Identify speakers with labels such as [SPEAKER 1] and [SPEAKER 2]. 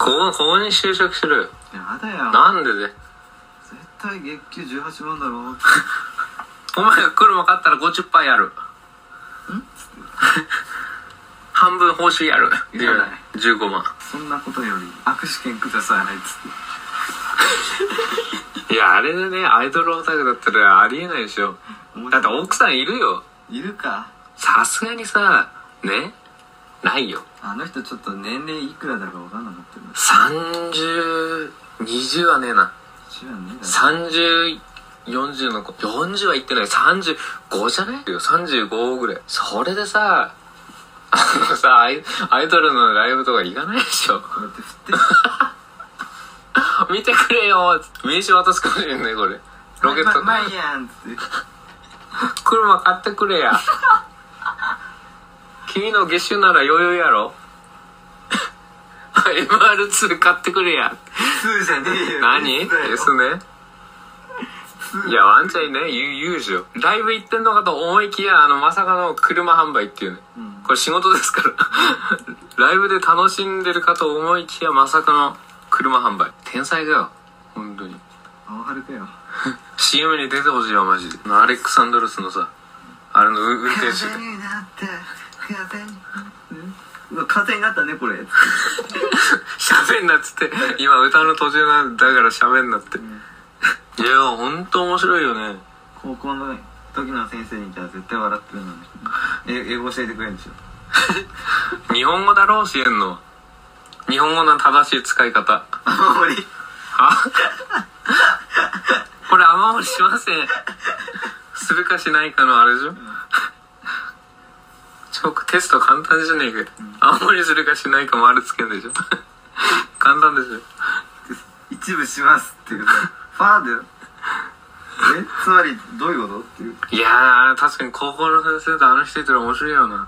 [SPEAKER 1] ここに就職しろよ
[SPEAKER 2] やだよ
[SPEAKER 1] なんでで
[SPEAKER 2] 絶対月給18万だろんつ
[SPEAKER 1] お前が車買ったら50杯やる
[SPEAKER 2] って
[SPEAKER 1] 半分報酬やるって
[SPEAKER 2] いらない
[SPEAKER 1] 15万
[SPEAKER 2] そんなことより握手券くださいっつって
[SPEAKER 1] いやあれでねアイドルオタクだったらありえないでしょだって奥さんいるよ
[SPEAKER 2] いるか
[SPEAKER 1] さすがにさねないよ
[SPEAKER 2] あの人ちょっと年齢いくらだか分かんなかったけど
[SPEAKER 1] 3020はねえな
[SPEAKER 2] 知らねえだろ
[SPEAKER 1] 3040の子40はいってない35じゃないよ35ぐらいそれでさあのさアイアイドルのライブとか行かないでしょ
[SPEAKER 2] こうやって振って
[SPEAKER 1] 見てくれよ名刺渡すかもしれないこれロケット、
[SPEAKER 2] まままあいいやんっつって
[SPEAKER 1] 車買ってくれ や君の月収なら余裕やろ MR2 買ってくれや
[SPEAKER 2] 普通じゃねえよ
[SPEAKER 1] 何
[SPEAKER 2] 普通だよ
[SPEAKER 1] ?S ねいやワンチャンね言う言うでしょライブ行ってんのかと思いきやあのまさかの車販売っていうね
[SPEAKER 2] うん
[SPEAKER 1] これ仕事ですからライブで楽しんでるかと思いきやまさかの車販売天才だよ本当に
[SPEAKER 2] 青春かよ
[SPEAKER 1] CM に出てほしいわマジでアレックサンドロスのさあれの運運転手
[SPEAKER 2] 風になって風にうんうわ風になったねこれつって
[SPEAKER 1] 喋んなっつって今歌の途中なんだから喋んなっていや本当面白いよね
[SPEAKER 2] 高校の時の先生にいたら絶対笑ってるのにえ英語教えてくれるん でしょ
[SPEAKER 1] 日本語だろ教えんの日本語の正しい使い方
[SPEAKER 2] あんまり
[SPEAKER 1] あこれ雨漏りしませんするかしないかのあれでしょチョークテスト簡単じゃねえかよ雨漏りするかしないか丸つけんでしょ簡単でしょ
[SPEAKER 2] 一部しますっていうファーでえつまりどういうことっていう
[SPEAKER 1] いやー確かに高校の先生とあの人いたら面白いよな